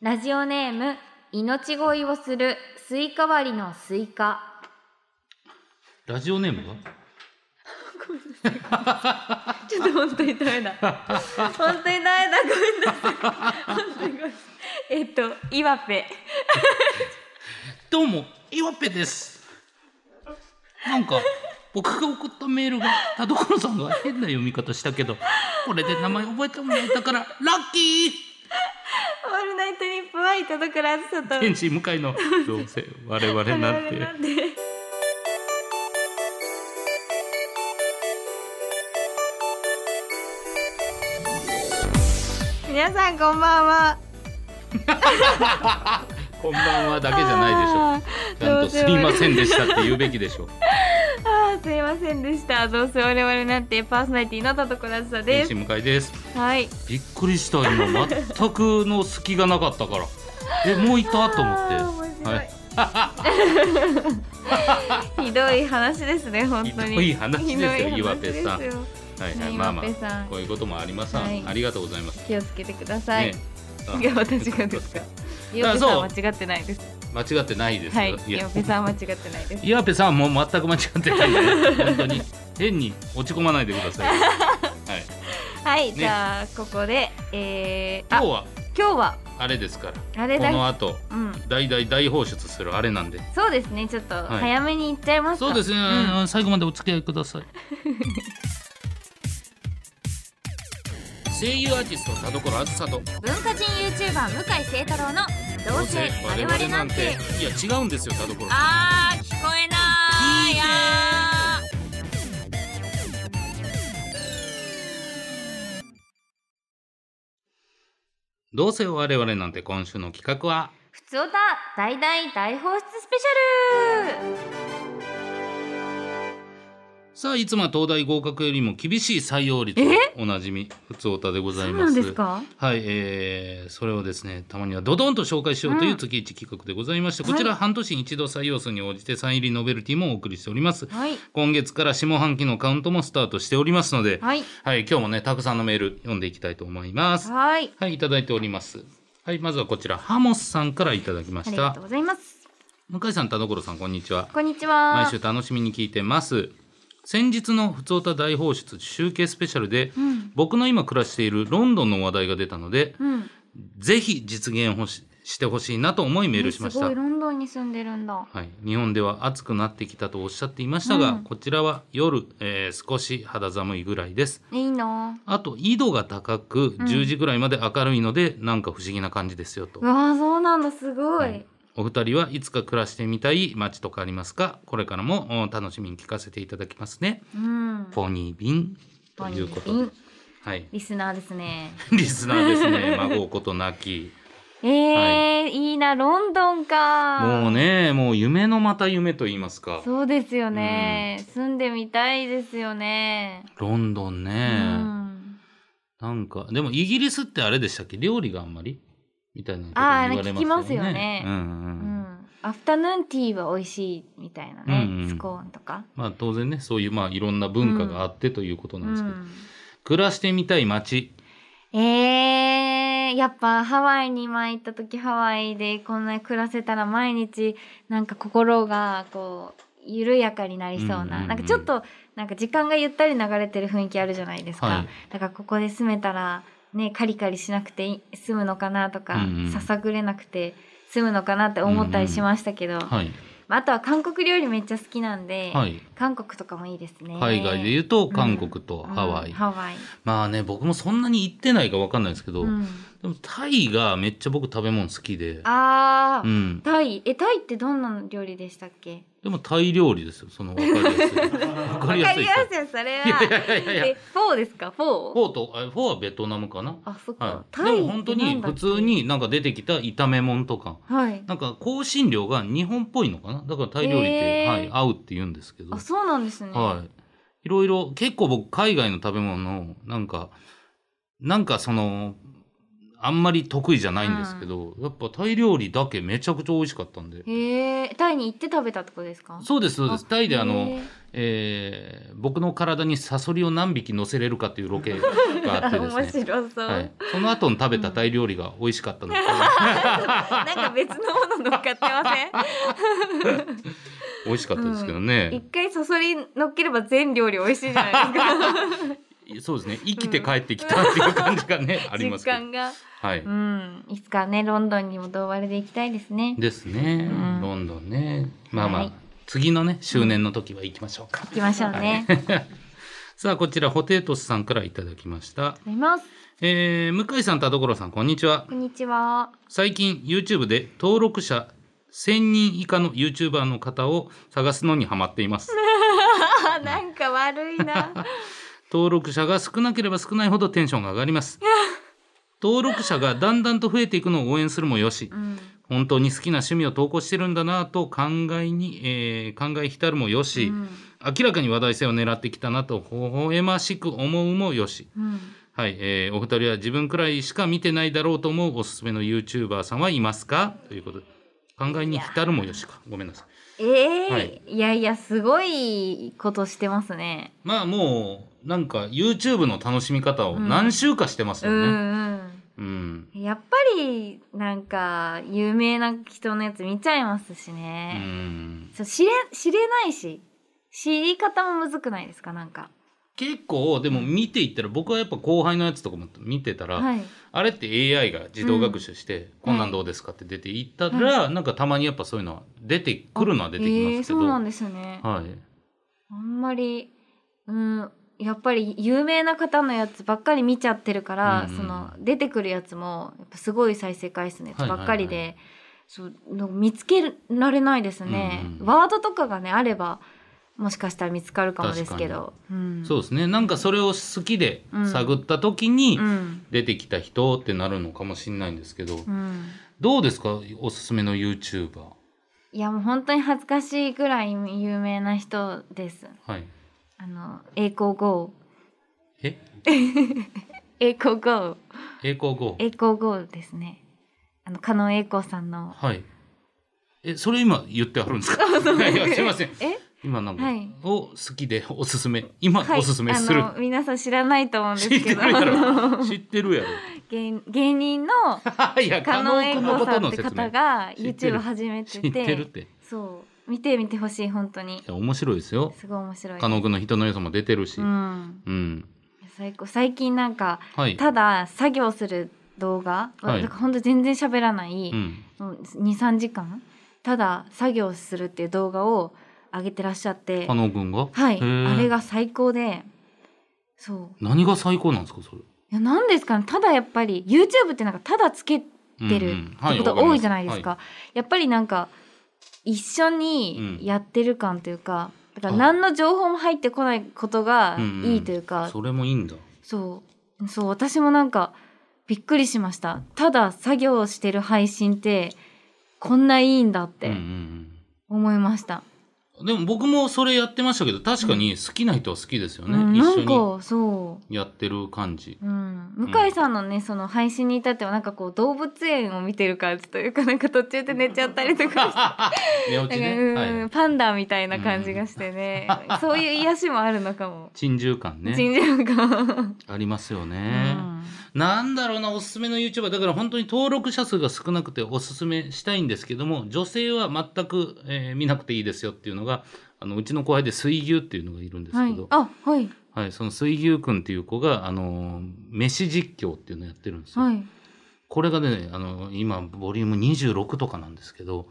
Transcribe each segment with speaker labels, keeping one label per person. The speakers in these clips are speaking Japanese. Speaker 1: ラジオネーム、命乞いをするスイカ割りのスイカ。
Speaker 2: ラジオネームが
Speaker 1: ちょっと本当にダメ だ。本当にダメだ。ごめんなさい。本当にごめんなさい。えっと、岩ペ。
Speaker 2: どうも、イワペです。なんか、僕が送ったメールが、田所さんが変な読み方したけど、これで名前覚えてもらえたから、ラッキー
Speaker 1: オールナイトニップはいただくらずさと。
Speaker 2: 天使向かいの、どうせ我々なんて。
Speaker 1: んて。皆さんこんばんは。
Speaker 2: こんばんはだけじゃないでしょ。ちゃんとすいませんでしたって言うべきでしょ。
Speaker 1: あーすいませんでした。どうせ我々なんてパーソナリティの田所あずさ です
Speaker 2: 天使。向かいです。
Speaker 1: はい。
Speaker 2: びっくりした、今、全くの隙がなかったから。え、もういたと思って。
Speaker 1: あー面白い
Speaker 2: はい。
Speaker 1: ひどい話ですね、本当に。
Speaker 2: ひどい話ですよ
Speaker 1: ひどい話
Speaker 2: 岩手さん
Speaker 1: ですよ
Speaker 2: はいは
Speaker 1: ね
Speaker 2: い、まあま
Speaker 1: 岩手さ
Speaker 2: あ
Speaker 1: ん、
Speaker 2: こういうこともありますわ
Speaker 1: はい
Speaker 2: ありがとうございます。
Speaker 1: 気をつけてください。
Speaker 2: ね
Speaker 1: いや私がですか。岩手さんは間違ってないです。
Speaker 2: 間違ってないですよ。
Speaker 1: はい。
Speaker 2: いや
Speaker 1: 岩手さんは間違ってない です。
Speaker 2: 岩ペさんも全く間違ってないんでね、本当に変に落ち込まないでください。はい。
Speaker 1: はい、
Speaker 2: ね
Speaker 1: じゃあここで、えー、
Speaker 2: 今
Speaker 1: あ
Speaker 2: 日は
Speaker 1: 今日は
Speaker 2: あれですから。
Speaker 1: あれだ
Speaker 2: この後
Speaker 1: うん、
Speaker 2: 大大大放出するあれなんで。
Speaker 1: そうですね、ちょっと
Speaker 2: はい
Speaker 1: 早めに行っちゃいますか。
Speaker 2: そうですね、
Speaker 1: ん
Speaker 2: 最後までお付き合いください。声優アーティスト田所あずさと
Speaker 1: 文化人 YouTuber 向井聖太郎のどうせ我々なんて
Speaker 2: いや違うんですよ田所
Speaker 1: あー聞こえないや
Speaker 2: どうせ我々なんて今週の企画は
Speaker 1: ーふつおた大大大放出スペシャル
Speaker 2: さあいつもは東大合格よりも厳しい採用率
Speaker 1: え
Speaker 2: おなじみふつおたでござ
Speaker 1: そ
Speaker 2: いうま
Speaker 1: な
Speaker 2: す
Speaker 1: んですか
Speaker 2: はい、えー、それをですねたまにはドドンと紹介しようという月一企画でございまして、
Speaker 1: うん
Speaker 2: こちら
Speaker 1: は
Speaker 2: 半年に一度採用数に応じてサイン入りノベルティもお送りしております、
Speaker 1: はい
Speaker 2: 今月から下半期のカウントもスタートしておりますので、はい、
Speaker 1: はい
Speaker 2: 今日もねたくさんのメール読んでいきたいと思いますは
Speaker 1: はい
Speaker 2: いいただいておりますはいまずはこちらハモスさんからいただきま
Speaker 1: あ
Speaker 2: し
Speaker 1: りが
Speaker 2: た
Speaker 1: とうございます
Speaker 2: 向井さん田所さんこんにちは
Speaker 1: こんにちは
Speaker 2: 毎週楽しみに聞いてます先日の「ふつおた大放出集計スペシャルで」
Speaker 1: うん
Speaker 2: 僕の今暮らしているロンドンの話題が出たので、
Speaker 1: うん
Speaker 2: ぜひ実現ほししてほしいなと思いメールしまし
Speaker 1: えす
Speaker 2: た、
Speaker 1: ごいロンドンに住んでるんだ
Speaker 2: はい、日本では暑くなってきたとおっしゃっていましたが、
Speaker 1: うん
Speaker 2: こちらは夜、えー少し肌寒いぐらいです
Speaker 1: いいな
Speaker 2: あと緯度が高く
Speaker 1: うん
Speaker 2: 10時ぐらいまで明るいので、なんか不思議な感じですよと
Speaker 1: うわあそうなんだすごい、
Speaker 2: はいお二人はいつか暮らしてみたい街とかありますかこれからもお楽しみに聞かせていただきますね
Speaker 1: うん
Speaker 2: ポニービンと
Speaker 1: ポニ
Speaker 2: い
Speaker 1: ー
Speaker 2: うことで、はい、
Speaker 1: リスナーですね
Speaker 2: リスナーで すね孫うことなき
Speaker 1: えーい、いなロンドンか
Speaker 2: もうねもう夢のまた夢と言いますか
Speaker 1: そうですよね、住んでみたいですよね、
Speaker 2: ロンドンね、
Speaker 1: うん
Speaker 2: なんかでもイギリスってあれでしたっけ料理があんまりみたいなこと
Speaker 1: あー
Speaker 2: 言われますよね
Speaker 1: 聞きますよね
Speaker 2: うんう
Speaker 1: うん
Speaker 2: うん
Speaker 1: ん、アフタヌーンティーは美味しいみたいなね、
Speaker 2: うんうん
Speaker 1: スコーンとか、
Speaker 2: まあ当然ねそういうまあいろんな文化があってということなん
Speaker 1: う
Speaker 2: ですけど、
Speaker 1: ん
Speaker 2: 暮らしてみたい街
Speaker 1: えー、やっぱハワイに前行った時ハワイでこんなに暮らせたら毎日なんか心がこう緩やかになりそうな、
Speaker 2: うんうんうん
Speaker 1: なんかちょっとなんか時間がゆったり流れてる雰囲気あるじゃないですか、
Speaker 2: はい
Speaker 1: だからここで住めたらねカリカリしなくてい済むのかなとか、
Speaker 2: うんうん
Speaker 1: ささぐれなくて済むのかなって思ったりしましたけど、
Speaker 2: はい
Speaker 1: まあ、あとは韓国料理めっちゃ好きなんで、
Speaker 2: はい
Speaker 1: 韓国とかもいいですね
Speaker 2: 海外で言うと韓国とハワ
Speaker 1: う
Speaker 2: イ、
Speaker 1: んハワイ、
Speaker 2: まあね僕もそんなに行ってないか分かんないですけど、
Speaker 1: うん
Speaker 2: でもタイがめっちゃ僕食べ物好きで、
Speaker 1: あー、
Speaker 2: うん、
Speaker 1: タイえタイってどんな料理でしたっけ
Speaker 2: でもタイ料理ですよその分か りやすい分か
Speaker 1: わか
Speaker 2: り
Speaker 1: りま
Speaker 2: や
Speaker 1: す
Speaker 2: い
Speaker 1: すよそれ
Speaker 2: いやい
Speaker 1: は
Speaker 2: やいやいや
Speaker 1: えフォーですかフォー
Speaker 2: フォーとあフォーはベトナムかな
Speaker 1: あそっか、
Speaker 2: はい
Speaker 1: タイ
Speaker 2: でも本当
Speaker 1: ってな
Speaker 2: に
Speaker 1: んだ
Speaker 2: 普
Speaker 1: っけ
Speaker 2: 通になんか出てきた炒め物とか
Speaker 1: はい
Speaker 2: なんか香辛料が日本っぽいのかなだからタイ料理って、
Speaker 1: へー
Speaker 2: はい、合うって言うんですけど
Speaker 1: あそうなんですね、
Speaker 2: はいいろいろ結構僕海外の食べ物のなんかなんかそのあんまり得意じゃないんですけど、やっぱタイ料理だけめちゃくちゃ美味しかったんで。
Speaker 1: へえタイに行って食べたってことですか
Speaker 2: そうです、そうです。
Speaker 1: あ
Speaker 2: タイであ
Speaker 1: へ
Speaker 2: の
Speaker 1: ー、
Speaker 2: えー僕の体にサソリを何匹乗せれるかっていうロケがあってですね。
Speaker 1: 面白そう、
Speaker 2: はい、その後に食べたタイ料理が美味しかったの で、
Speaker 1: なんか別のもの乗っかって ません
Speaker 2: 美味しかったですけど
Speaker 1: 一
Speaker 2: ね、
Speaker 1: 回そそり乗っければ全料理美味しいじゃないですか
Speaker 2: そうですね生きて帰ってきたっていう感じがね、 あります
Speaker 1: 実
Speaker 2: けど
Speaker 1: 感が、
Speaker 2: はいう
Speaker 1: んいつかねロンドンにもドーバルで行きたいですね
Speaker 2: ですね、
Speaker 1: うん
Speaker 2: ロンドンねまあまあ、
Speaker 1: はい
Speaker 2: 次のね周年の時は行きましょうか、
Speaker 1: 行きましょうね、ありがと
Speaker 2: さあこちらホテイトスさんからいただきました、
Speaker 1: うございます
Speaker 2: えー向井さん田所さんこんにちは
Speaker 1: こんにちは
Speaker 2: 最近 YouTube で登録者1000人以下の YouTuber の方を探すのにハマって います
Speaker 1: あ なんか悪いな
Speaker 2: 登録者が少なければ少ないほどテンションが上がり ます登録者がだんだんと増えていくのを応援するもよし
Speaker 1: うん
Speaker 2: 本当に好きな趣味を投稿してるんだなと考えに、えー、考え浸るもよし、
Speaker 1: うん
Speaker 2: 明らかに話題性を狙ってきたなと微笑ましく思うもよし
Speaker 1: うん
Speaker 2: はい、えーお二人は自分くらいしか見てないだろうと思うおすすめの YouTuber さんはいますかということで考えに浸るもよしかごめんなさい
Speaker 1: えー
Speaker 2: はい
Speaker 1: い、やいやすごいことしてますね
Speaker 2: まあもうなんか YouTube の楽しみ方を何周かしてます
Speaker 1: う
Speaker 2: よ
Speaker 1: ん
Speaker 2: ね、
Speaker 1: うん
Speaker 2: うん
Speaker 1: やっぱりなんか有名な人のやつ見ちゃいますし
Speaker 2: う
Speaker 1: ね、
Speaker 2: ん
Speaker 1: そう知れ知れないし知り方もむずくないですかなんか
Speaker 2: 結構でも見ていったら僕はやっぱ後輩のやつとかも見てたら、
Speaker 1: はい
Speaker 2: あれって AI が自動学習して、こんなんどうですかって出ていったら、なんかたまにやっぱそういうのは出てくるのは出てき
Speaker 1: え
Speaker 2: ま
Speaker 1: ー
Speaker 2: すけ
Speaker 1: そう
Speaker 2: ど、
Speaker 1: なんですよね
Speaker 2: はい、
Speaker 1: あんまりうんやっぱり有名な方のやつばっかり見ちゃってるから、
Speaker 2: うんうん
Speaker 1: その出てくるやつもやっぱすごい再生回数のやつばっかりで、
Speaker 2: はいは
Speaker 1: そうの見つけられないですね、
Speaker 2: うんうん
Speaker 1: ワードとかがねあればもしかしたら見つかるかもですけど、うん、
Speaker 2: そうですねなんかそれを好きで
Speaker 1: うん
Speaker 2: 探った時に
Speaker 1: うん
Speaker 2: 出てきた人ってなるのかもしれないんですけど、
Speaker 1: うん
Speaker 2: どうですかおすすめの YouTuber
Speaker 1: いやもう本当に恥ずかしいぐらい有名な人です
Speaker 2: はい
Speaker 1: あの栄光号
Speaker 2: え
Speaker 1: 栄光号
Speaker 2: 栄光号
Speaker 1: 栄光号ですねあの狩野英孝さんの
Speaker 2: はいえそれ今言ってあるんですかいやすいません
Speaker 1: え
Speaker 2: 今なんか、
Speaker 1: はい
Speaker 2: を好きでおすすめ今
Speaker 1: はい
Speaker 2: おすすめする、
Speaker 1: あの皆さん知らないと思うんです
Speaker 2: 知っ
Speaker 1: け
Speaker 2: て
Speaker 1: ど
Speaker 2: るや
Speaker 1: あの
Speaker 2: ろ 知ってるやろ
Speaker 1: 芸芸人の
Speaker 2: いや
Speaker 1: 狩
Speaker 2: 狩
Speaker 1: 野
Speaker 2: 野
Speaker 1: 英
Speaker 2: 君の
Speaker 1: 孝
Speaker 2: こ
Speaker 1: さ
Speaker 2: と
Speaker 1: んっ
Speaker 2: の
Speaker 1: て
Speaker 2: 説
Speaker 1: 方
Speaker 2: 明
Speaker 1: が
Speaker 2: 知ってる
Speaker 1: YouTube 始めて
Speaker 2: 知
Speaker 1: て
Speaker 2: ってるってい
Speaker 1: そう見てみてほしい本当に
Speaker 2: や面白いですよ
Speaker 1: すごい面白いです
Speaker 2: 狩野君の人の良さも出てるし
Speaker 1: う
Speaker 2: うん、
Speaker 1: ん最高最近なんか
Speaker 2: はい、
Speaker 1: ただ作業する動画、
Speaker 2: はい
Speaker 1: だから本当全然喋らない、
Speaker 2: うん、
Speaker 1: 23時間ただ作業するっていう動画を上げてらっしゃって
Speaker 2: 狩野君が
Speaker 1: はい
Speaker 2: へー
Speaker 1: あれが最高でそう
Speaker 2: 何が最高なんですかそれ
Speaker 1: いや何ですかねただやっぱり YouTube ってなんかただつけて
Speaker 2: 出
Speaker 1: るってこと多いじゃないですか,、やっぱりなんか一緒にやってる感というか、だから何の情報も入ってこないことがいいというか、
Speaker 2: それもいいんだ
Speaker 1: そうそう私もなんかびっくりしましたただ作業してる配信ってこんないいんだっ
Speaker 2: うんう
Speaker 1: て
Speaker 2: ん
Speaker 1: 思いました、
Speaker 2: うんでも僕もそれやってましたけど確かに好きな人は好きですよね、
Speaker 1: うん
Speaker 2: 一
Speaker 1: な
Speaker 2: 緒
Speaker 1: ん
Speaker 2: に
Speaker 1: かそう
Speaker 2: やってる感じ
Speaker 1: うん、向井さんのね、その配信に至ってはなんかこう動物園を見てる感じというかなんか途中で寝ちゃったり とか
Speaker 2: 寝
Speaker 1: な
Speaker 2: 落
Speaker 1: ん
Speaker 2: ち
Speaker 1: か、
Speaker 2: ね、
Speaker 1: うん
Speaker 2: はい、
Speaker 1: パンダみたいな感じがしてね、そういう癒しもあるのか も。
Speaker 2: 珍獣感ね
Speaker 1: 信じるか。
Speaker 2: ありますよ
Speaker 1: う
Speaker 2: ね、
Speaker 1: ん
Speaker 2: なんだろうな、おすすめの YouTuber、だから本当に登録者数が少なくておすすめしたいんですけども、女性は全く、えー見なくていいですよっていうのが、あのうちの後輩で水牛っていうのがいるんです
Speaker 1: は
Speaker 2: け
Speaker 1: い
Speaker 2: ど。、
Speaker 1: あ、はい。
Speaker 2: はいその水牛くんっていう子が、あのー飯実況っていうのをやってるんですよ。
Speaker 1: はい。
Speaker 2: これがね、あの今、ボリューム26とかなんですけど、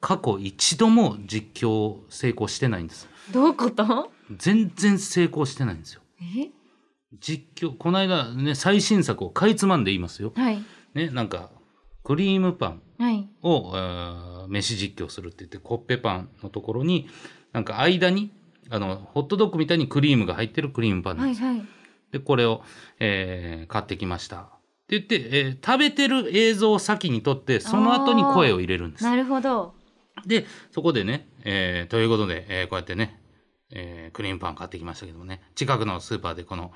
Speaker 2: 過去一度も実況成功してないんです。
Speaker 1: どういうこと。
Speaker 2: 全然成功してないんですよ。
Speaker 1: え。
Speaker 2: 実況、この間ね、最新作をかいつまんで言いますよ。
Speaker 1: はい。
Speaker 2: ね、なんか、クリームパン
Speaker 1: はい。
Speaker 2: を、えー飯実況するって言って、コッペパンのところに、なんか間に、あの、ホットドッグみたいにクリームが入ってるクリームパンなん
Speaker 1: は
Speaker 2: で
Speaker 1: い。
Speaker 2: す。
Speaker 1: はい。
Speaker 2: で、これを、えー買ってきました。って言って、えー食べてる映像を先に撮って、その後に声を入れるんです。
Speaker 1: なるほど。
Speaker 2: で、そこでね、えーということで、えーこうやってね、えークリームパン買ってきましたけどもね、近くのスーパーでこの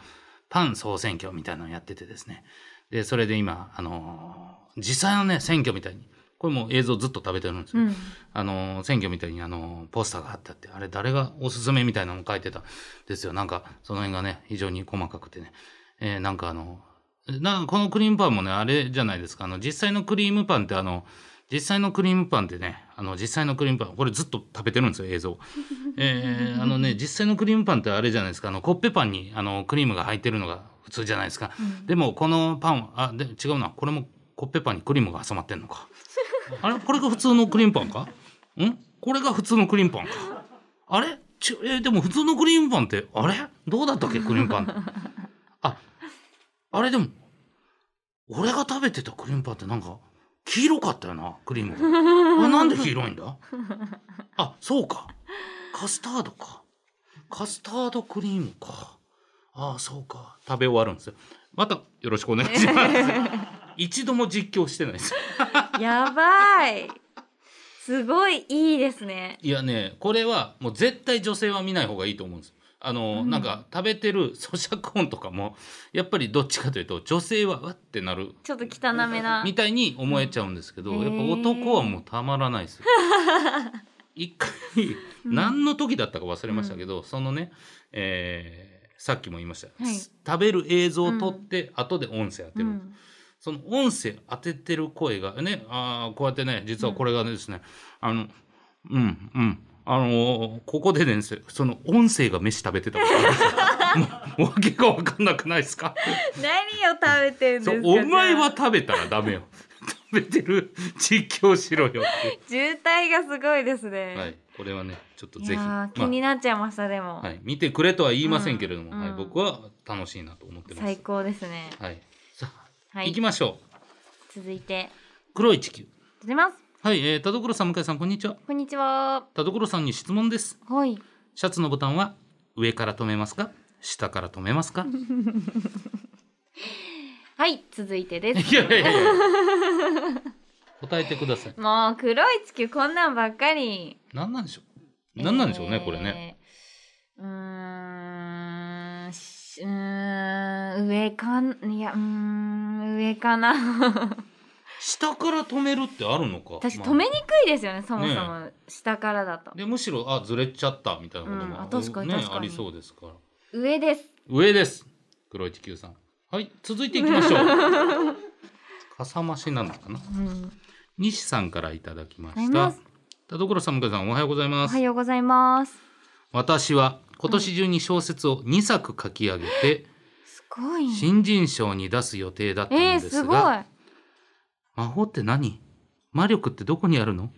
Speaker 2: パン総選挙みたいなのをやっててですね、で、それで今、あのー実際のね、選挙みたいに、これもう映像ずっと食べてるんですけ
Speaker 1: う
Speaker 2: ど、
Speaker 1: ん。
Speaker 2: あのー選挙みたいに、あのーポスターが貼ってあって、あれ誰がおすすめみたいなの書いてたんですよ。なんか、その辺がね、非常に細かくてね。えーなんかあの、なんかこのクリームパンもね、あれじゃないですか、あの、実際のクリームパンってあの、実際のクリームパンってね、あの、実際のクリームパン、これずっと食べてるんですよ、映像。 えーあのね、実際のクリームパンってあれじゃないですか、あの、コッペパンに、あの、クリームが入ってるのが普通じゃないですか。でも、このパンは、あ、で、違うな、これもコッペパンにクリームが挟まってんのか。あれこれが普通のクリームパンかんこれが普通のクリームパンか。あれちえーでも普通のクリームパンって、あれどうだったっけクリームパン。あ、あれでも、俺が食べてたクリームパンってなんか、黄色かったよな、クリームが。あ、なんで黄色いんだあ、そうか。カスタードか。カスタードクリームか。ああ、そうか。食べ終わるんですよ。またよろしくお願いします。一度も実況してないです。
Speaker 1: やばい。すごいいいですね。
Speaker 2: いやね、これはもう絶対女性は見ない方がいいと思うんです。あの、
Speaker 1: うん
Speaker 2: なんか食べてる 咀嚼音とかも、やっぱりどっちかというと女性はわってなる
Speaker 1: ちょっと汚めな。
Speaker 2: みたいに思えちゃうんですけど、
Speaker 1: うん
Speaker 2: やっぱ男はもうたまら ないですよ。一回何の時だったか忘れましたけど、そのね、えーさっきも言いました、
Speaker 1: はい
Speaker 2: 食べる映像を撮って、後で音声当て
Speaker 1: う
Speaker 2: る、
Speaker 1: ん。
Speaker 2: その音声当ててる声がねあーこうやってね実はこれがですね、あのうんうんあのーここでですねその音声が飯食べてたことある んですよもうわけが分かんなくないですか
Speaker 1: 何を食べてるんで
Speaker 2: そ
Speaker 1: す
Speaker 2: う
Speaker 1: か。
Speaker 2: お前は。食べたらダメよ食べてる実況しろよって、
Speaker 1: 渋滞がすごいですね。
Speaker 2: はい、これはねちょっと
Speaker 1: い
Speaker 2: ぜひ、
Speaker 1: や
Speaker 2: ま
Speaker 1: ー気になっちゃいました、でも、
Speaker 2: あはい、見てくれとは言いませんけれども、
Speaker 1: うん
Speaker 2: はい、
Speaker 1: うん
Speaker 2: 僕は楽しいなと思ってます
Speaker 1: 最高ですね。
Speaker 2: はいさあ、
Speaker 1: はい
Speaker 2: 行きましょう
Speaker 1: 続いて。
Speaker 2: 黒い地球
Speaker 1: 出ます。
Speaker 2: はい、えー、田所さん向井さんこんにちは
Speaker 1: こんにちは。
Speaker 2: 田所さんに質問です
Speaker 1: はい。
Speaker 2: シャツのボタンは上から止めますか下から止めま すか
Speaker 1: はい、続いてです。
Speaker 2: いやいやいや答えてください
Speaker 1: もう黒い地球こんなんばっかり。
Speaker 2: 何なんでしょう何なんでしょうね、これね
Speaker 1: ね。うーん、しうーん、上かん、いや、うーん、上か な。
Speaker 2: 下から止めるってあるのか
Speaker 1: 私
Speaker 2: まあ
Speaker 1: 止めにくいですよね、そもそも、下からだと。
Speaker 2: でむしろあずれちゃったみたいなこと
Speaker 1: うん
Speaker 2: も、
Speaker 1: あ確かに
Speaker 2: ね
Speaker 1: 確かに
Speaker 2: ありそうですから
Speaker 1: 上です。
Speaker 2: 上です黒い地球さんはい続いていきましょう かさ増しなのかな
Speaker 1: うん、
Speaker 2: 西さんからいただきま
Speaker 1: あり
Speaker 2: し
Speaker 1: ま
Speaker 2: た
Speaker 1: す
Speaker 2: 田所さん向井さんおはようござい
Speaker 1: お
Speaker 2: ます
Speaker 1: はようございます。
Speaker 2: 私は今年中に小説を2作書き上げて、
Speaker 1: すごいね。
Speaker 2: 新人賞に出す予定だった
Speaker 1: え
Speaker 2: の
Speaker 1: ー、
Speaker 2: です
Speaker 1: すごい。
Speaker 2: が、魔法って何魔力ってどこにあるの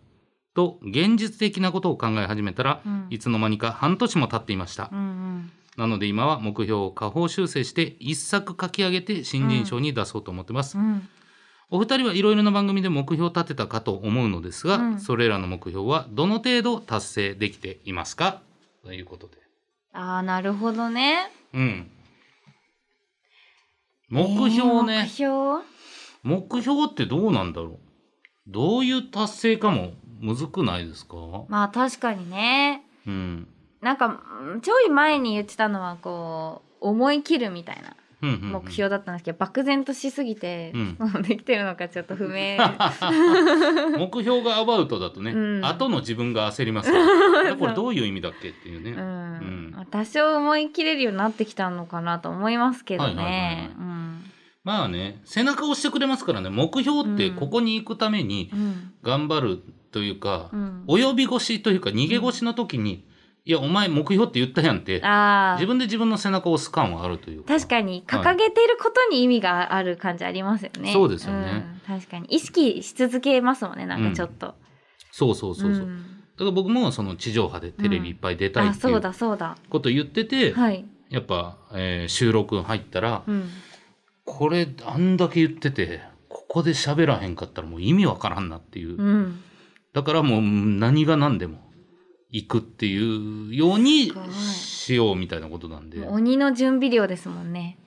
Speaker 2: と現実的なことを考え始めたら、
Speaker 1: うん
Speaker 2: いつの間にか半年も経っていました
Speaker 1: う、んうん。
Speaker 2: なので今は目標を下方修正して一作書き上げて新人賞に出そうと思ってます、
Speaker 1: うん。
Speaker 2: お二人はいろいろな番組で目標を立てたかと思うのですが、
Speaker 1: うん
Speaker 2: それらの目標はどの程度達成できていますかということで
Speaker 1: ああ、なるほどね。
Speaker 2: うん目標
Speaker 1: えー目
Speaker 2: ね、
Speaker 1: 標
Speaker 2: 目標ってどうなんだろうどういう達成かもむずくないですか、
Speaker 1: まあ確かにね。
Speaker 2: うん
Speaker 1: なんか、うんちょい前に言ってたのは、こう、思い切るみたいな
Speaker 2: うんうんうん
Speaker 1: 目標だったんですけど、漠然としすぎて、
Speaker 2: うん
Speaker 1: もうできてるのかちょっと不 明。
Speaker 2: 目標がアバウトだとね、
Speaker 1: うん
Speaker 2: 後の自分が焦りま すからこれどういう意味だっけっていうね、
Speaker 1: う
Speaker 2: うん
Speaker 1: ん。まあ多少思い切れるようになってきたのかなと思いますけど
Speaker 2: はいはいはいはい
Speaker 1: ね。うん。
Speaker 2: まあね背中を押してくれますからね目標ってここに行くために
Speaker 1: うん。
Speaker 2: 頑張るというか、
Speaker 1: うん。
Speaker 2: 及び腰というか逃げ腰の時に、いやお前目標って言ったやんって
Speaker 1: ああ
Speaker 2: 自。分で自分の背中を押す感はあるというか
Speaker 1: 確かに掲げていることに意味がある感じありますよね。
Speaker 2: そうですよね
Speaker 1: うん確かに意識し続けますもんね。なんかちょっと。
Speaker 2: そうそうそうそう、だ
Speaker 1: ん
Speaker 2: から僕もその地上波でテレビいっぱい出たい
Speaker 1: あ、
Speaker 2: ってい
Speaker 1: そう
Speaker 2: う
Speaker 1: だそうだ。
Speaker 2: こと言ってて、
Speaker 1: はい。
Speaker 2: やっぱ、えー収録入ったら、
Speaker 1: うん。
Speaker 2: これあんだけ言っててここで喋らへんかったらもう意味わからんなっていう、
Speaker 1: うん。
Speaker 2: だからもう何が何でも行くっていうように
Speaker 1: すごい
Speaker 2: しようみたいなことなんで
Speaker 1: 鬼の準備量ですもんね。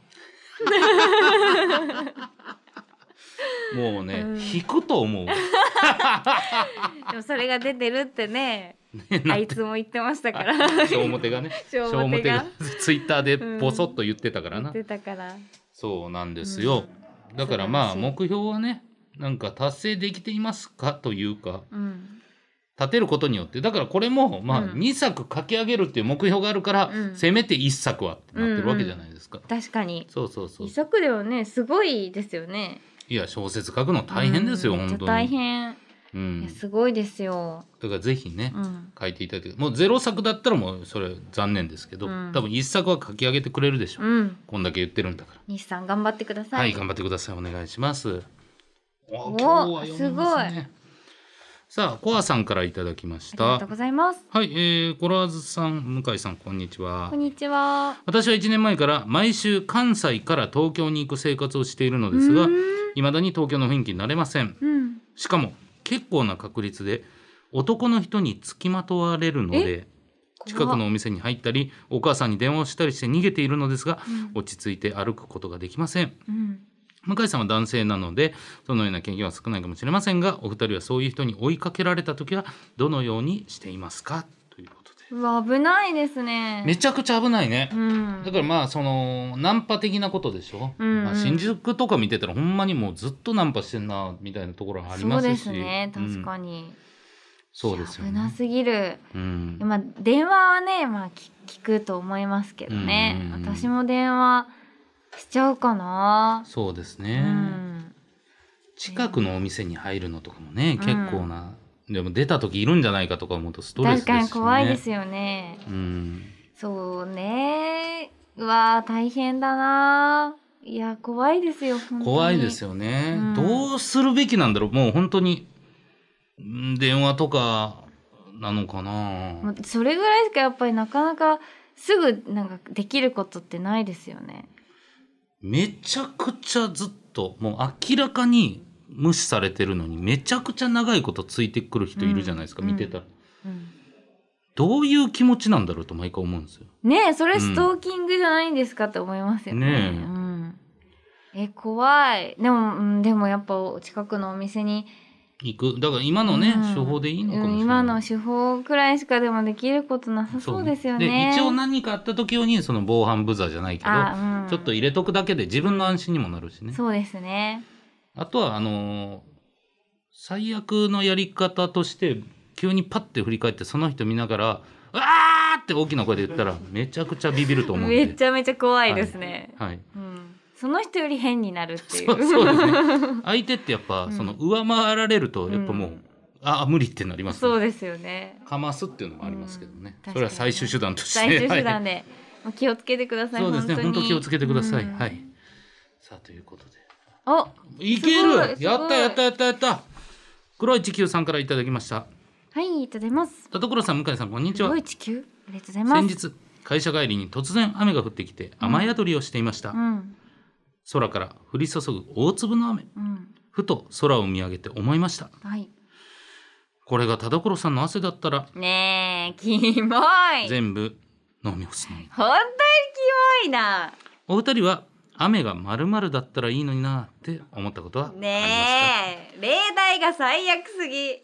Speaker 2: もうね、
Speaker 1: うん
Speaker 2: 引くと 思う
Speaker 1: でもそれが出てるってね、あ
Speaker 2: ね
Speaker 1: いつも言ってましたから。
Speaker 2: 小表がね
Speaker 1: 小表が
Speaker 2: 小ツイッターでボソッと言ってたから
Speaker 1: 言
Speaker 2: な、
Speaker 1: ってたから。
Speaker 2: そうなんですよ、だからまあ
Speaker 1: 素晴らし
Speaker 2: 目
Speaker 1: い
Speaker 2: 標はねなんか達成できていますかというか
Speaker 1: うん
Speaker 2: 立てることによってだからこれもまあ
Speaker 1: うん
Speaker 2: 2作書き上げるっていう目標があるから、
Speaker 1: うん
Speaker 2: せめて1作はってなってるわけじゃないですか。
Speaker 1: 確かに
Speaker 2: そうそうそう
Speaker 1: 一作ではねすごいですよね
Speaker 2: いや小説書くの大変ですよ、
Speaker 1: うんめっ
Speaker 2: 本
Speaker 1: ち
Speaker 2: 当
Speaker 1: ゃ大
Speaker 2: に
Speaker 1: 変
Speaker 2: う
Speaker 1: いや
Speaker 2: ん、
Speaker 1: すごいですよ
Speaker 2: だからぜひね、
Speaker 1: うん
Speaker 2: 書いていただいてもうゼロ作だったらもうそれ残念ですけど、
Speaker 1: うん
Speaker 2: 多分1作は書き上げてくれるでしょう、
Speaker 1: うん
Speaker 2: こんだけ言ってるんだから
Speaker 1: 西さん頑張ってくださ
Speaker 2: はいい、頑張ってください。お願いします。お
Speaker 1: お
Speaker 2: ー今日は読めますね。さあ、コアさんからいただきまし
Speaker 1: ありが
Speaker 2: た
Speaker 1: とう。ございます
Speaker 2: はい、えー、コラーズさん、向井さん、こんにちは
Speaker 1: こん。にちは
Speaker 2: 私は1年前から毎週関西から東京に行く生活をしているのですが
Speaker 1: うーん、
Speaker 2: 未だに東京の雰囲気になれません。
Speaker 1: うん
Speaker 2: しかも、結構な確率で男の人に付きまとわれるので、近くのお店に入ったり、お母さんに電話をしたりして逃げているのですが、
Speaker 1: うん
Speaker 2: 落ち着いて歩くことができません。
Speaker 1: うん
Speaker 2: 向井さんは男性なのでそのような経験は少ないかもしれませんがお二人はそういう人に追いかけられた時はどのようにしていますかということで
Speaker 1: うわ危ないですね
Speaker 2: めちゃくちゃ危ないね
Speaker 1: う、ん
Speaker 2: だからまあそのナンパ的なことでしょ、
Speaker 1: うんうん
Speaker 2: まあ、新宿とか見てたらほんまにもうずっとナンパしてんなみたいなところはありますし
Speaker 1: そうですね確
Speaker 2: うん
Speaker 1: かに、
Speaker 2: そうですよ
Speaker 1: 危な
Speaker 2: ね、
Speaker 1: すぎる
Speaker 2: うん、
Speaker 1: まあ電話はねまあき聞くと思いますけどね
Speaker 2: うんうんうん
Speaker 1: 私も電話しちゃうかな、
Speaker 2: そうです
Speaker 1: う
Speaker 2: ね、
Speaker 1: ん、
Speaker 2: 近くのお店に入るのとかもね結構な、でも出た時いるんじゃないかとか思うとストレスです
Speaker 1: 確
Speaker 2: し、ね、
Speaker 1: かに怖いですよね
Speaker 2: うん
Speaker 1: そうねうわー大変だないや怖いですよ本当に
Speaker 2: 怖いですよね、
Speaker 1: うん
Speaker 2: どうするべきなんだろうもう本当にうん電話とかなのか
Speaker 1: も
Speaker 2: な
Speaker 1: うそれぐらいしかやっぱりなかなかすぐなんかできることってないですよね
Speaker 2: めちゃくちゃずっともう明らかに無視されてるのにめちゃくちゃ長いことついてくる人いるじゃないですか、
Speaker 1: うん
Speaker 2: 見てたら、
Speaker 1: うん
Speaker 2: どういう気持ちなんだろうと毎回思うんですよ
Speaker 1: ねえそれストーキングじゃないんですかって思いますよね。
Speaker 2: ねえ
Speaker 1: うん、え怖いでも、うん、でもやっぱお近くのお店に
Speaker 2: 行くだから今のね、
Speaker 1: うん
Speaker 2: 手法でいいのかもしれ
Speaker 1: う
Speaker 2: なんい、
Speaker 1: 今の手法くらいしかでもできることなさそうですよね。
Speaker 2: 一応何かあった時用にその防犯ブザーじゃないけど、
Speaker 1: あ、うん、
Speaker 2: ちょっと入れとくだけで自分の安心にもなるしね
Speaker 1: そうですね。
Speaker 2: あとはあのー最悪のやり方として急にパッて振り返ってその人見ながら「うわー!」って大きな声で言ったらめちゃくちゃビビると思うんで
Speaker 1: めちゃめちゃ怖いですね。
Speaker 2: はい、
Speaker 1: うん、その人より変になるっていう。
Speaker 2: そうそうですね相手ってやっぱ、
Speaker 1: ん
Speaker 2: その上回られるとやっぱもう、
Speaker 1: うん
Speaker 2: ああ無理ってなります、
Speaker 1: そう
Speaker 2: ね、
Speaker 1: ですよね。
Speaker 2: かますっていうのもありますけどね、
Speaker 1: うん
Speaker 2: それは最終手段として
Speaker 1: 最終手段
Speaker 2: は
Speaker 1: で、もう気をつけてくだ
Speaker 2: い、
Speaker 1: さい。
Speaker 2: そうですね
Speaker 1: 本
Speaker 2: 本
Speaker 1: 当
Speaker 2: 当
Speaker 1: に
Speaker 2: 気をつけてください、
Speaker 1: うん
Speaker 2: はいさあということで
Speaker 1: お
Speaker 2: いける
Speaker 1: すごいすごい
Speaker 2: やったやったやったやった黒い地球さんからいただきました
Speaker 1: はい、いただきます。
Speaker 2: 田所さん向井さんこんにち
Speaker 1: す
Speaker 2: は
Speaker 1: ごい地球ありがとうございます。
Speaker 2: 先日会社帰りに突然雨が降ってきて雨宿りをしていました、
Speaker 1: うん
Speaker 2: 空から降り注ぐ大粒の雨
Speaker 1: うん
Speaker 2: ふと空を見上げて思いました
Speaker 1: はい。
Speaker 2: これが田所さんの汗だったら
Speaker 1: ねえ、キモい。
Speaker 2: 全部飲み干すのに
Speaker 1: 本当にキモいな。
Speaker 2: お二人は雨がまるまるだったらいいのになって思ったことはありますか、
Speaker 1: ねえ、例題が最悪すぎ。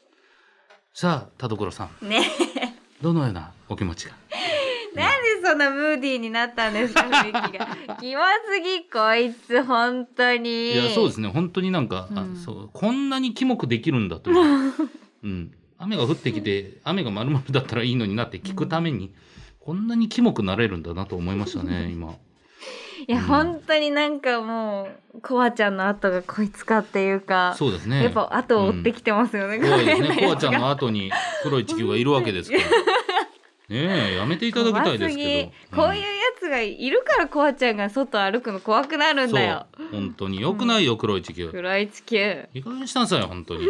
Speaker 2: さあ田所さん
Speaker 1: ね
Speaker 2: どのようなお気持ちが
Speaker 1: え、なんでそんなムーディーになったんですか、雰囲気 が。キモすぎ、こいつ、本当に。
Speaker 2: いやそうですね本当になんか、あ
Speaker 1: うん
Speaker 2: そうこんなにキモくできるんだ という、うん、雨が降ってきて雨がまるまるだったらいいのになって聞くために、こんなにキモくなれるんだなと思いましたね今
Speaker 1: いや、本当になんかもう、コアちゃんの後がこいつかっていうか。
Speaker 2: そうですね
Speaker 1: やっぱ後を追ってきてますよね。
Speaker 2: う
Speaker 1: こ
Speaker 2: ん怖いです
Speaker 1: れ
Speaker 2: ねコアちゃんの後に黒い地球がいるわ けですからねえやめていただきたいですけど
Speaker 1: 怖すぎこういうやつがいるからコアちゃんが外歩くの怖くなる
Speaker 2: うんん
Speaker 1: だよ。
Speaker 2: そう本当に良くないよ黒い地球、
Speaker 1: 暗い地球。
Speaker 2: いい加減にしたんさい本 当に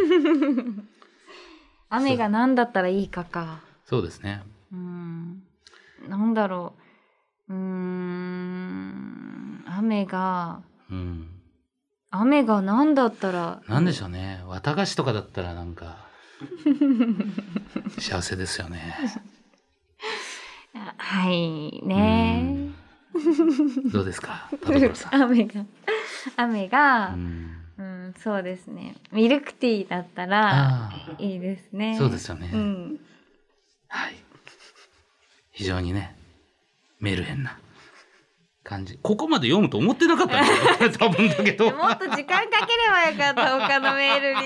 Speaker 1: 雨が何だったらいいかか。
Speaker 2: そうですね
Speaker 1: うん。なんだろう。うーん。雨が、
Speaker 2: うん
Speaker 1: 雨が何だったら。
Speaker 2: なんでしょうね綿菓子とかだったらなんか幸せですよね
Speaker 1: あはい、
Speaker 2: う
Speaker 1: ね
Speaker 2: んどうですか田所さん
Speaker 1: 雨が、雨が
Speaker 2: う、ん
Speaker 1: うん、そうですね。ミルクティーだったら、
Speaker 2: あ
Speaker 1: いいです
Speaker 2: あ
Speaker 1: ね。
Speaker 2: そうですよね、
Speaker 1: うん。
Speaker 2: はい非常にねメルヘンな感じここまで読むと思ってなかった んだよ多分だけど
Speaker 1: もっと時間かければよかった他のメールに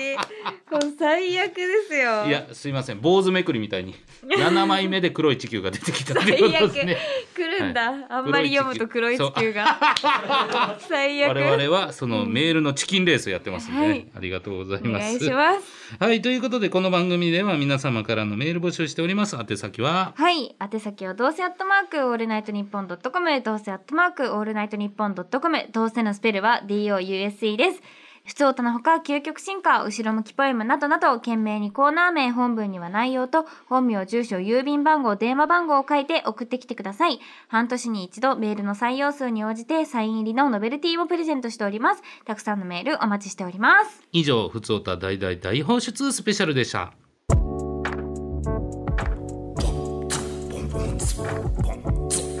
Speaker 1: もう最悪ですよ
Speaker 2: いやすいません坊主めくりみたいに7枚目で黒い地球が出てきたって
Speaker 1: 最
Speaker 2: こと
Speaker 1: 悪
Speaker 2: ですね
Speaker 1: 来るんだ、
Speaker 2: はい
Speaker 1: あんまり読むと黒い地球が最悪
Speaker 2: 我々はそのメールのチキンレースをやってますんでね、
Speaker 1: はい
Speaker 2: ありがとうござい
Speaker 1: お
Speaker 2: ます
Speaker 1: 願いします
Speaker 2: はいということでこの番組では皆様からのメール募集しております宛先は
Speaker 1: はい宛先はどうせアットマークオールナイトニッポンドットコムどうせアットマークオールナイトニッポンドットコムどうせのスペルは DOUSE です普通歌のほか究極進化後ろ向きポエムなどなど懸命にコーナー名本文には内容と本名住所郵便番号電話番号を書いて送ってきてください半年に一度メールの採用数に応じてサイン入りのノベルティをプレゼントしておりますたくさんのメールお待ちしております
Speaker 2: 以上「ふつおた大大大放出スペシャル」でした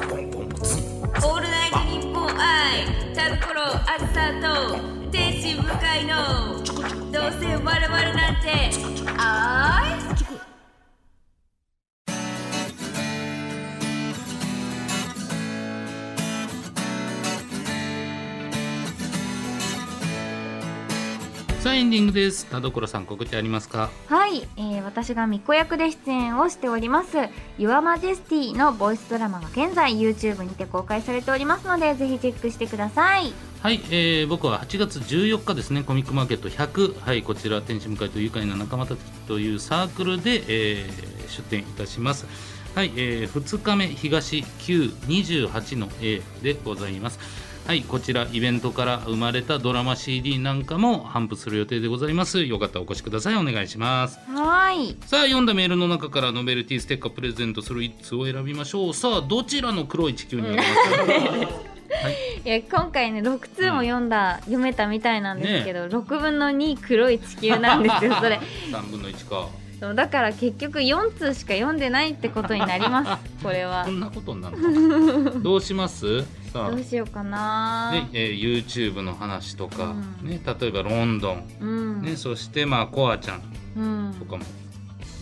Speaker 1: オールナイトニッポン愛タルコロアルサーと天使向かいのどうせ我々なんてあい
Speaker 2: さあエンディングです田所さん告知ありますか
Speaker 1: はい、えー私が巫女役で出演をしております「Your Majesty」のボイスドラマが現在 YouTube にて公開されておりますのでぜひチェックしてください
Speaker 2: はい、えー僕は8月14日ですねコミックマーケット100、はい、こちら天使向かいと愉快な仲間たちというサークルで、えー出展いたしますはい、え2日目東928の A でございますはいこちらイベントから生まれたドラマ CD なんかも頒布する予定でございますよかったらお越しくださいお願いします
Speaker 1: はい
Speaker 2: さあ読んだメールの中からノベルティステッカープレゼントする1通を選びましょうさあどちらの黒い地球にあ りますか
Speaker 1: いや今回ね6通も読んだ、読めたみたいなんですけど、6分の2黒い地球なんですよそ れ
Speaker 2: 3分の1か
Speaker 1: そうだから結局4通しか読んでないってことになりますこれは
Speaker 2: こんなことになるの かなどうしますさあ、
Speaker 1: どう
Speaker 2: ね
Speaker 1: しようかな、
Speaker 2: えー YouTube の話とか、
Speaker 1: うん
Speaker 2: ね、例えばロンドン、
Speaker 1: うん、
Speaker 2: ね、そしてまあコアちゃん
Speaker 1: うん
Speaker 2: とかも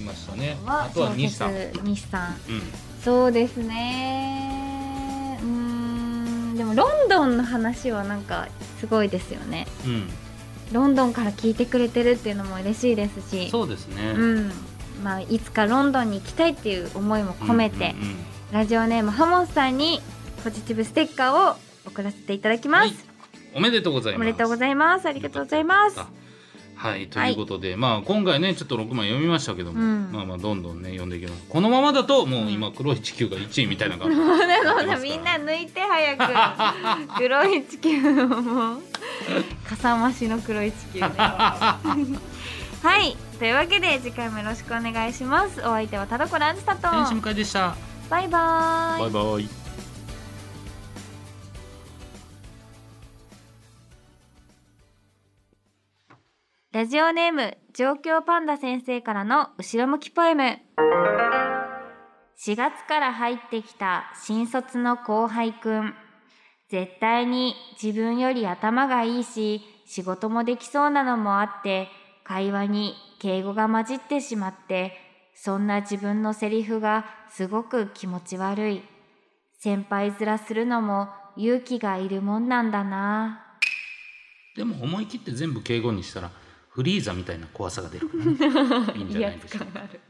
Speaker 2: いましたね、
Speaker 1: は
Speaker 2: あとは西さん、う
Speaker 1: 小
Speaker 2: ん、
Speaker 1: 説西さんそうですねうーんでもロンドンの話はなんかすごいですよねロンドンから聞いてくれてるっていうのも嬉しいです
Speaker 2: うん、
Speaker 1: し
Speaker 2: そうですね、
Speaker 1: うんまあ、いつかロンドンに行きたいっていう思いも込めて、
Speaker 2: うんうんうん
Speaker 1: ラジオネームハモンさんにポジティブステッカーを送らせていただきま
Speaker 2: はい
Speaker 1: す、
Speaker 2: おめでとうござい
Speaker 1: お
Speaker 2: ます
Speaker 1: めでとうございますありがとうございます
Speaker 2: あはいということで、まあ今回ねちょっと6枚読みましたけども、
Speaker 1: うん
Speaker 2: まあまあどんどんね読んでいきますこのままだともう今黒い地球が1位みたい な感じ、
Speaker 1: そうだそうだみんな抜いて早く黒い地球をもうかさ増しの黒い地 球ねはいというわけで次回もよろしくお願いしますお相手は田所あずさと
Speaker 2: 天使向かいでした
Speaker 1: バイバーイ
Speaker 2: バイバイ
Speaker 1: ラジオネーム上京パンダ先生からの後ろ向きポエム4月から入ってきた新卒の後輩くん絶対に自分より頭がいいし仕事もできそうなのもあって会話に敬語が混じってしまってそんな自分のセリフがすごく気持ち悪い先輩面するのも勇気がいるもんなんだな
Speaker 2: でも思い切って全部敬語にしたらフリーザみたいな怖さが出るからねいいんじゃないですか
Speaker 1: ある